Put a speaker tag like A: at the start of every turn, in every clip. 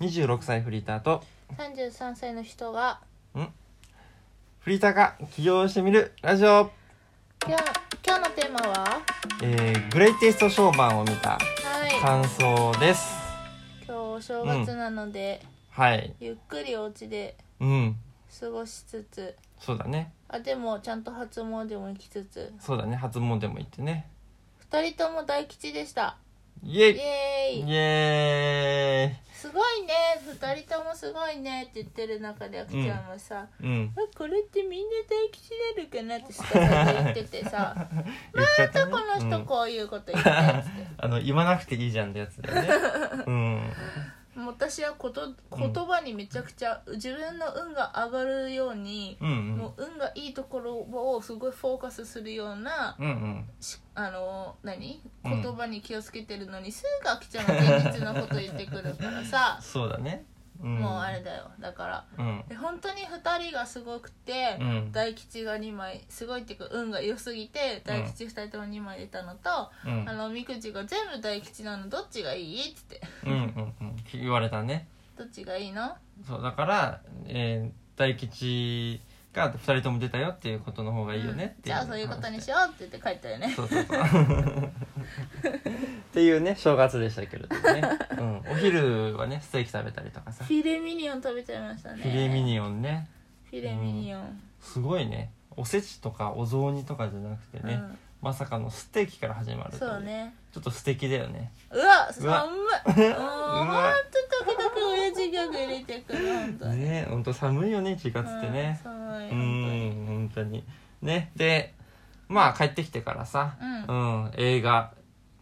A: 26歳フリーターと
B: 33歳の人が
A: フリーターが起業してみるラジオ、
B: 今日今日のテーマはは
A: えー、グレイテストショーマンを見た
B: い
A: 感想です
B: 今日お正月なので、
A: はい
B: ゆっくりお家で
A: うん
B: 過ごしつつ
A: そうだね
B: あでもちゃんと初詣も行きつつ
A: そうだね初詣も行ってね
B: 2人とも大吉でした
A: イエ
B: イ
A: イ
B: エーイ
A: イエ
B: すごいね2人ともすごいねって言ってる中であきちゃんもさ、
A: ーイうん
B: えこれってみんな大吉なのかなって下から言ってて さ
A: 言っちゃっ
B: ま
A: た
B: た
A: ね
B: こ
A: う
B: の人
A: ん
B: こういうこと言ってっつって。
A: あの言わなくていいじゃんってやつだよね うん
B: もう私はこと言葉にめちゃくちゃ自分の運が上がるように、
A: うんうん
B: もう運がいいところをすごいフォーカスするような
A: うんうん
B: しあの何
A: うん
B: 言葉に気をつけてるのに、すぐ飽きちゃうの現実のこと言ってくるからさ、
A: そうだねうん
B: もうあれだよだから
A: うん
B: で本当に2人がすごくて、
A: うん
B: 大吉が2枚すごいっていうか運が良すぎて大吉2人とも2枚出たのと、
A: うん
B: あのおみくじが全部大吉なのどっちがいいっつって
A: うんうんうん言われたね
B: どっちがいいの
A: そうだから、えー大吉が2人とも出たよっていうことの方がいいよねって
B: じ
A: いう、
B: ゃあそういうことにし
A: よ
B: ようって言って書いたよね
A: そうそうそうっていうね正月でしたけれどもね、うん、お昼はねステーキ食べたりとかさ
B: フィレミニオン食べちゃいましたね
A: フィレミニオンね
B: フィレミニオン、
A: すごいねおせちとかお雑煮とかじゃなくて
B: うん
A: ね、まさかのステーキから始まるとい
B: そうね
A: ちょっと素敵だよね
B: うわ
A: うわ
B: 寒いもうほんと時々親父ギャグ入れてくるほんとに
A: ねほんと寒いよね1月ってね
B: うん
A: う
B: 寒い
A: ん
B: 本
A: 本当にねでまあ帰ってきてからさ、
B: う
A: うん映画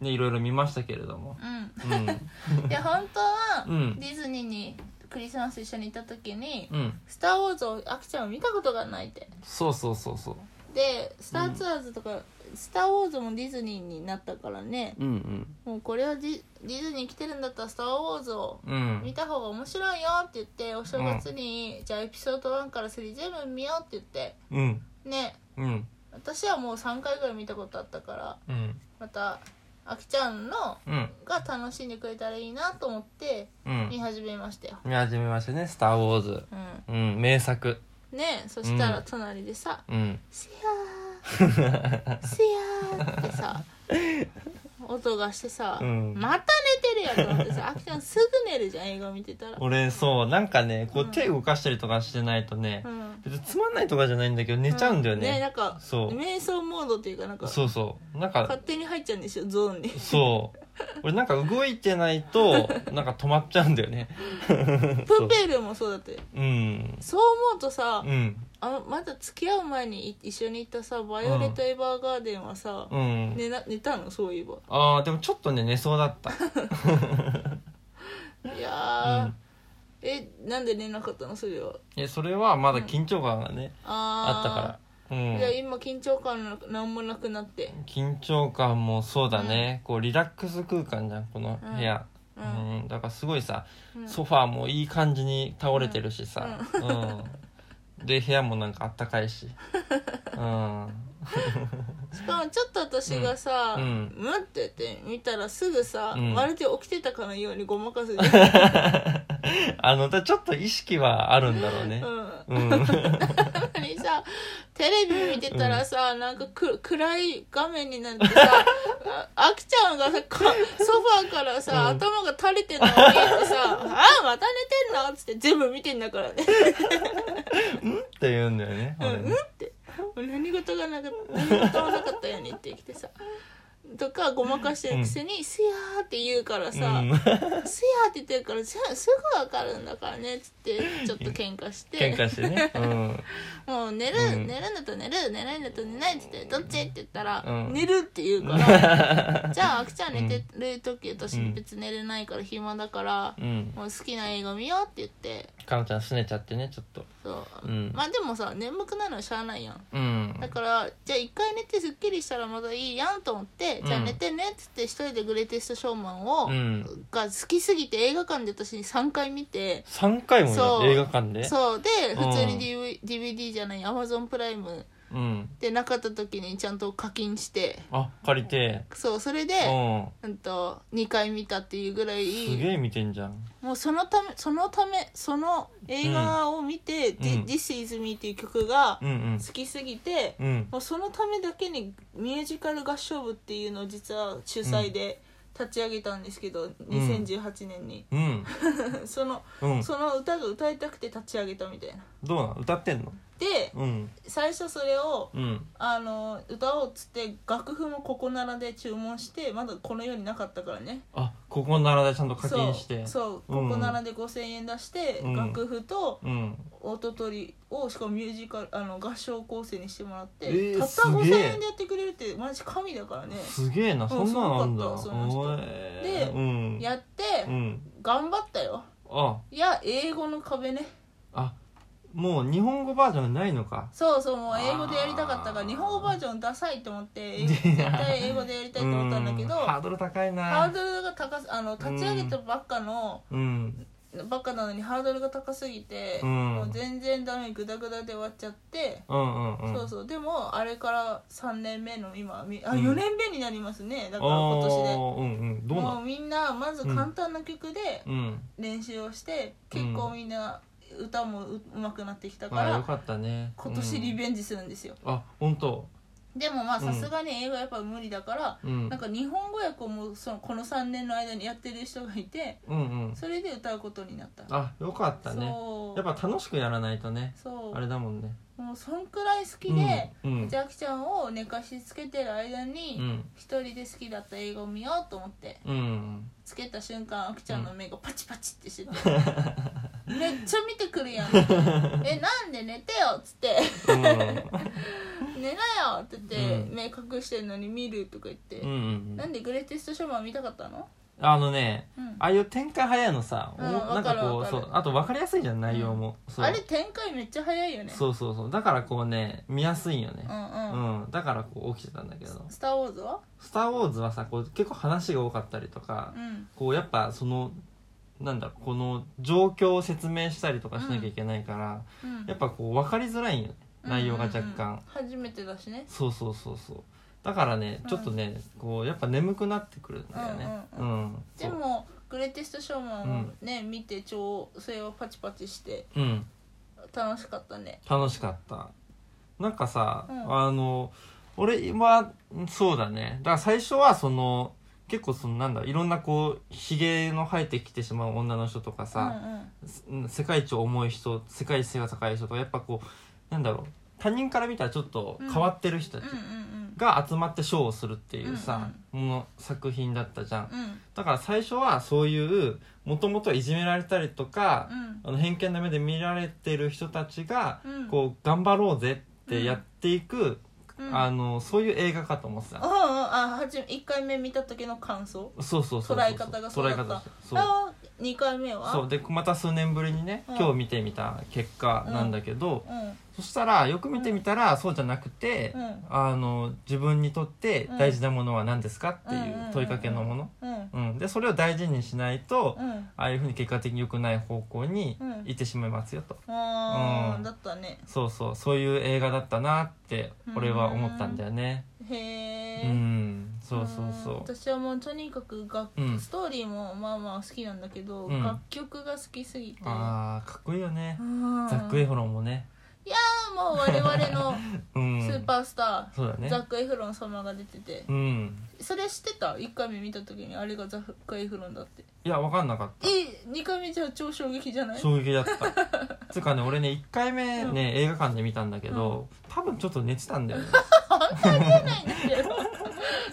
A: ねいろいろ見ましたけれども
B: 当に
A: うん
B: うんで本当は
A: うん
B: ディズニーにクリスマス一緒に行った時に
A: うん
B: 「スター・ウォーズ」をあきちゃんは見たことがないって
A: そうそうそうそう
B: で「スター・ツアーズ」とか「スター・ウォーズ」もディズニーになったからね
A: うん
B: もうこれはディディズニー来てるんだったら「スター・ウォーズ」を
A: うんうん
B: 見た方が面白いよって言ってお正月に、じゃあエピソード1から3全部見ようって言って
A: うん
B: ね
A: うん
B: 私はもう3回ぐらい見たことあったから
A: うん
B: またあきちゃんの
A: うん
B: が楽しんでくれたらいいなと思って
A: うん
B: 見始めましたよ、
A: 見始めましたね「スター・ウォーズ
B: う」
A: うん名作
B: ん、ねそしたら隣でさ
A: うん
B: 「シヤーシヤー」って さ音がしてさ、
A: うん
B: また寝てるやんと思ってさあきちゃんすぐ寝るじゃん映画見てたら、
A: 俺そうなんかねこ
B: う
A: うん手動かしたりとかしてないとね、
B: うん、
A: 別につまんないとかじゃないんだけど寝ちゃうんだよね,、
B: ねなんか
A: そう
B: 瞑想モードっていうかなんか
A: そうそうなんか
B: 勝手に入っちゃうんでしょゾーンに
A: そう俺なんか動いてないとなんか止まっちゃうんだよねそ
B: プ
A: う
B: ペルもそうだって
A: うん
B: そう思うとさ、
A: うん
B: あのまだ付き合う前にい一緒に行ったさ「バイオレット・エヴァーガーデン」はさ、
A: うん、
B: 寝な寝たのそういえば
A: ああでもちょっとね寝そうだった
B: いやー、えなんで寝なかったのそれは
A: えそれはまだ緊張感がね、あった
B: あ
A: からう
B: あ
A: ん
B: じゃあ今緊張感ななんもなくなって
A: 緊張感もそうだね、こうリラックス空間じゃんこの部屋、
B: う、
A: うんんだからすごいさ
B: うん
A: ソファーもいい感じに倒れてるしさ、うんで部屋もなんかあったかい しうん
B: しかもちょっと私がさ「
A: う
B: うんむ、って言って見たらすぐさ、
A: うん
B: まるで起きてたかのようにごまかすじゃん、
A: あのだちょっと意識はあるんだろうね
B: うん
A: うん
B: なにさテレビ見てたらさ、なんかく暗い画面になってさああきちゃんがさかソファーからさ、
A: うん
B: 頭が垂れてんのを見えてさ「ああまた寝てんの?」っつって全部見てんだからね
A: って言うんだよね
B: 「う
A: 俺
B: んうん?」
A: ね
B: って「何事がなかった何事もなかったよね」って言ってきてさとかごまかしてるくせに「すやー」って言うから
A: う
B: さ
A: ん
B: 「すやー」って言ってるからすすぐ分かるんだからねっつってちょっと喧嘩して
A: 喧嘩して ねうん
B: もう寝る、
A: うん
B: 寝るんだったら寝る寝ないんだったら寝ないって言ってどっちって言ったら、
A: うん
B: 寝るって言う からじゃああきちゃん寝てる時私
A: うん
B: 別に寝れないから暇だから、
A: うん
B: もう好きな映画見ようって言って
A: かのちゃんすねちゃってねちょっと
B: そう、
A: うん
B: まあでもさ眠くなるのしゃあないやん
A: うん
B: だからじゃあ一回寝てすっきりしたらまだいいやんと思って、じゃあ
A: うん
B: 寝てねっつって一人でグレイテストショーマンを、
A: うん
B: が好きすぎて映画館で私3回見て
A: 3回も
B: そう
A: ね映画館で
B: そうで
A: うん
B: 普通に DV DVD じゃない Amazon プライム
A: ううん
B: でなかった時にちゃんと課金して
A: あ借りて
B: そうそれで、
A: うん
B: うんと2回見たっていうぐら
A: す
B: い
A: げえ見てんじゃん
B: もうそのためそのためその映画を見て
A: う
B: 「
A: ん
B: Thi- This is me」っていう曲が
A: うんうん
B: 好きすぎて、
A: うん
B: もうそのためだけにミュージカル合唱部っていうのを実は主催で立ち上げたんですけど、2018年に
A: うん
B: その
A: うん
B: その歌が歌いたくて立ち上げたみたいな。
A: どうなん歌ってんの
B: で
A: うん
B: 最初それを
A: うん
B: あの歌おうっつって楽譜もここならで注文してまだこの世になかったからね
A: あここならでちゃんと課金して
B: そうそう、
A: うん
B: ここならで5000円出して、
A: うん
B: 楽譜と
A: うん
B: 音取りをしかもミュージカルあの合唱構成にしてもらって、
A: えー
B: たった
A: すげえ
B: 5000円でやってくれるってマジ神だからね
A: すげえなそんなのあんだ
B: そうそうそうその人
A: えー
B: で
A: うん
B: やって、
A: うん
B: 頑張ったよ
A: あ
B: いや英語の壁ね
A: あもう日本語バージョンないのか
B: そうそうもう英語でやりたかったか
A: あ
B: ら
A: ー
B: 日本語バージョンダサいと思って 英語絶対英語でやりたいと思ったんだけど
A: うハードル高いな
B: ハードルが高すあの立ち上げたばっかの、
A: うん
B: ばっかなのにハードルが高すぎて、
A: うん
B: もう全然ダメグダグダで終わっちゃって、
A: うんうんうん
B: そうそうでもあれから3年目の今みあ
A: うん
B: 4年目になりますねだから今年で、
A: ああうんうんどうな
B: も
A: の
B: うみんなまず簡単な曲で
A: うん
B: 練習をして、
A: うん
B: 結構みんな歌もうまくなってきたか
A: あ
B: ら、
A: よかったね
B: 今年リ
A: ベ
B: ベンジするんですよ、
A: あ本当
B: でもまあ
A: うん
B: さすがに英語はやっぱ無理だから、
A: うん
B: なんか日本語訳をもうそのこの3年の間にやってる人がいて
A: うんうん
B: それで歌うことになった
A: あよかったね
B: そう
A: やっぱ楽しくやらないとね
B: そう
A: あれだもんね
B: もうそんくらい好きで、
A: うんうん
B: ジャキちゃんを寝かしつけてる間に、
A: うん
B: 一人で好きだった映画を見ようと思って
A: うん
B: つけた瞬間あきちゃんの目がパチパチってして て、めっちゃ見てくるやんえなんで寝てよっつって
A: うん
B: 寝なよって言って、
A: う
B: 目隠してるのに見るとか言って、
A: うんうん
B: なんでグレテストショーマン見たかったの、
A: あのね
B: うん、
A: ああいう展開早いのさ、お
B: うん
A: なんかこう
B: わかるわか
A: そ
B: る
A: うあと分かりやすいじゃん内容も、そう
B: あれ展開めっちゃ早いよね
A: そうそうそうだからこうね見やすいんよね
B: うん
A: う
B: うん、
A: ん、だからこう起きてたんだけど
B: スター・ウォーズは
A: 「スター・ウォーズ」はさこう結構話が多かったりとか、
B: うん
A: こうやっぱそのなんだろうこの状況を説明したりとかしなきゃいけないから、
B: うん
A: やっぱこう分かりづらいんよね内容が若
B: うん
A: 干、
B: うんうん初めてだしね
A: そうそうそうそうだからね
B: うん
A: ちょっとね、こうやっぱ眠くなってくるんだよねう、
B: うん
A: そ
B: で
A: う
B: もグレテストショーマンをね、見て超それをパチパチして
A: うん
B: 楽しかったね
A: 楽しかったなんかさ、
B: うん
A: あの俺はそうだねだから最初はその結構そのなんだいろんなこうひげの生えてきてしまう女の人とかさ、うん世界一重い人世界一背が高い人とかやっぱこうなんだろう他人から見たらちょっと変わってる人
B: うん
A: た
B: うん
A: ち
B: うん
A: が集まってショーをするっていうさ、もの作品だったじゃん
B: うんうん
A: だから最初はそういうもともといじめられたりとか、
B: うん
A: あの偏見な目で見られてる人たちが
B: うん
A: こう頑張ろうぜってやっていく、
B: うん
A: あのそういう映画かと思って
B: あ
A: た、
B: ああはじめ1回目見た時の感想
A: そうそうそうそう
B: 捉え方がそうだった
A: 捉え方そう
B: ああ2回目は
A: そうでまた数年ぶりにね
B: うん
A: 今日見てみた結果なんだけど、
B: うん
A: そしたらよく見てみたら、そうじゃなくて、
B: うん
A: あの自分にとって大事なものは何ですかってい
B: うんうんうんう
A: うん問いかけのもの、
B: うん
A: うんでそれを大事にしないと、
B: うん
A: ああいうふうに結果的に良くない方向に
B: うん
A: 行ってしまいますよと、
B: あ
A: うん
B: あだったね
A: そうそうそういう映画だったなって俺は思ったんだよねう
B: へ
A: ん、
B: え
A: そうそうそう
B: 私はもうとにかく楽
A: うん
B: ストーリーもまあまあ好きなんだけど
A: うん
B: 楽曲が好きすぎて
A: あーかっこいいよね、
B: うん
A: ザック・エフロンもね
B: もう我々の
A: うん
B: スーパースタ
A: そうだ
B: ー、
A: ね
B: ザック・エフロン様が出てて
A: うん
B: それ知ってた1回目見た時にあれがザック・エフロンだって
A: いや分かんなかった
B: え二2回目じゃ超衝撃じゃない
A: 衝撃だった つうかね俺ね1回目ね映画館で見たんだけど、多分ちょっと寝てたんだよね
B: ないんだ けど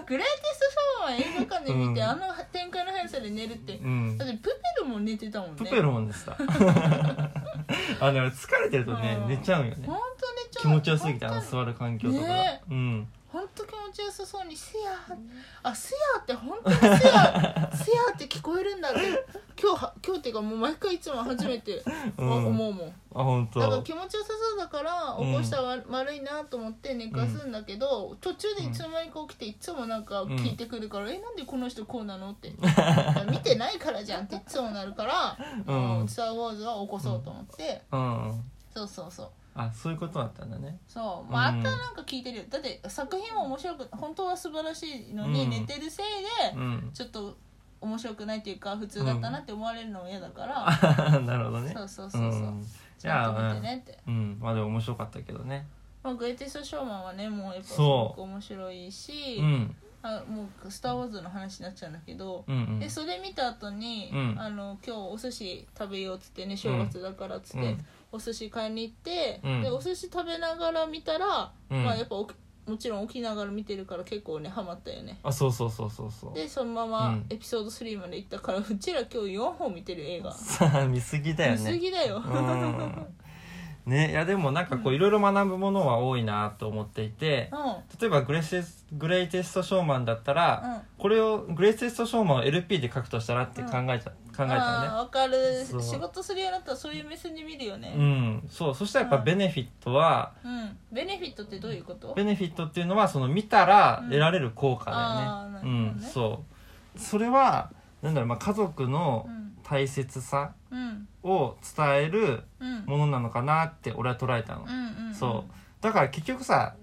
B: グレイテスト・ショーマン映画館で見て、
A: うん
B: あの展開の速さで寝るって
A: うん
B: だってプペルも寝てたもんね
A: プペルもんでした あの疲れてるとね、
B: うん
A: 寝ちゃうよね
B: ほんと寝ちゃう
A: 気持ちよすぎてあの
B: 本当に
A: 座る環境とかが、
B: ね
A: うん
B: ほんと気持ちよさそうに「すや」あすやって本当 にすや「すや」って聞こえるんだって今日は今日っていうかもう毎回いつも初めて
A: うん
B: 思うもん、
A: あ本
B: だから
A: 当
B: 気持ちよさそうだから起こしたらわ悪いなと思って寝かすんだけど、途中でいつの間にか起きていつもなんか聞いてくるから「えなんでこの人こうな の?」って「見てないからじゃん」っていつもなるから「
A: うん
B: うんスター・ウォーズ」は起こそうと思って、
A: うん
B: そうそうそう
A: あそういうことだったんだね
B: そうまあ、
A: うん
B: あたなんか聞いてるよだって作品も面白く本当は素晴らしいのに、
A: うん
B: 寝てるせいで、
A: うん
B: ちょっと面白くないっていうか普通だったなって思われるのも嫌だから、
A: なるほどね
B: そうそうそうそう、
A: ん、
B: ち
A: じ
B: ゃん
A: ゃ
B: と
A: あ
B: 見てねって、
A: うん、うんまあでも面白かったけどね
B: まあ、グレイテストショーマンはねもうやっぱす
A: そう
B: ごく面白いし、
A: うん
B: あもう「スター・ウォーズ」の話になっちゃうんだけど、
A: うんうん
B: でそれ見た後に、
A: うん
B: あの今日お寿司食べようっつってね正月だからっつって、
A: うん
B: お寿司買いに行って、
A: うん
B: でお寿司食べながら見たら、
A: うん
B: まあやっぱおきもちろん起きながら見てるから結構ねハマったよね
A: あそうそうそうそうそう
B: でそのま
A: う
B: ま
A: ん
B: エピソード3まで行ったから、うちら今日4本見てる映画
A: さあ見すぎだよ
B: 見
A: ね
B: すぎだよ、
A: うんねいやでもなんかこ
B: う
A: ういろいろ学ぶものは多いなと思っていて
B: うん
A: 例えばグレイテスグレイテストショーマンだったら、これをグレイテストショーマンを LP で書くとしたらって考えちゃ、考えた
B: あ
A: の
B: あ分かる
A: そう
B: 仕事するようになったらそういう目線で見るよね、
A: ねうんそうそしたらやっ
B: う
A: ぱ
B: ん
A: ベネフィットは、
B: うんベネフィットってどういうこと
A: ベネフィットっていうのはその見たら得られる効果だよね,、
B: う
A: うんん
B: あーなるほどね
A: そうそれはなんだろう、まあ、家族の
B: うん
A: 大切さ
B: うん
A: を伝える
B: うん
A: ものなのかなって俺は捉えたの、
B: うんうん
A: そうだから結局さ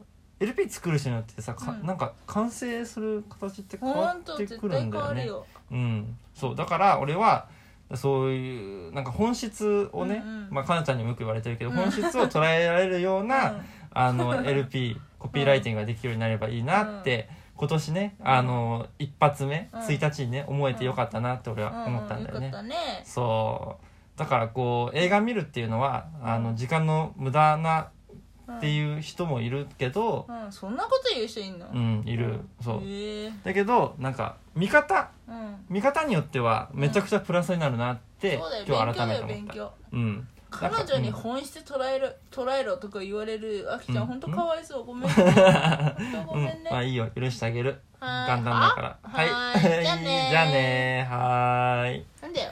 A: LP 作る人によってさ、か
B: うん
A: なんか完成する形って変わ
B: 本当
A: って
B: 絶
A: く
B: 対
A: る
B: 変
A: んだ
B: わ
A: よ
B: る
A: ね
B: よ。
A: うんそうだから俺はそういうなんか本質をね、
B: うんうん
A: まあ、かなちゃんにもよく言われてるけど、
B: うん
A: 本質を捉えられるような、あの LP コピーライティングができるようになればいいなって、今年ねあの一発目、
B: うん
A: 1日にね思えてよかったなって俺は思ったんだよね、
B: よかったね。
A: そうだからこう映画見るっていうのは、
B: うん
A: あの時間の無駄なって
B: う
A: いう人もいるけど、
B: ん。うん、そんなこと言う人いんの。
A: うん、いるそう
B: へえ
A: だけどなんか見方
B: うん。
A: 見方によってはめちゃくちゃプラスになるなって、
B: そうだよ、勉
A: 今日
B: 強
A: 改め
B: だ
A: て
B: よ、
A: 思っ
B: 勉
A: た
B: 強。
A: うん
B: 彼女に本質捉える、捉えろとか言われる、あきちゃん、
A: うん
B: 本当かわいそう、ごめんね。本当ご
A: うん
B: めん
A: まあ
B: ね。
A: いいよ許してあげる
B: はー
A: 簡
B: い
A: 単だから
B: あ
A: はい
B: はーいじゃあねー
A: じゃあねーはーい
B: なんだ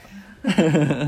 B: よ。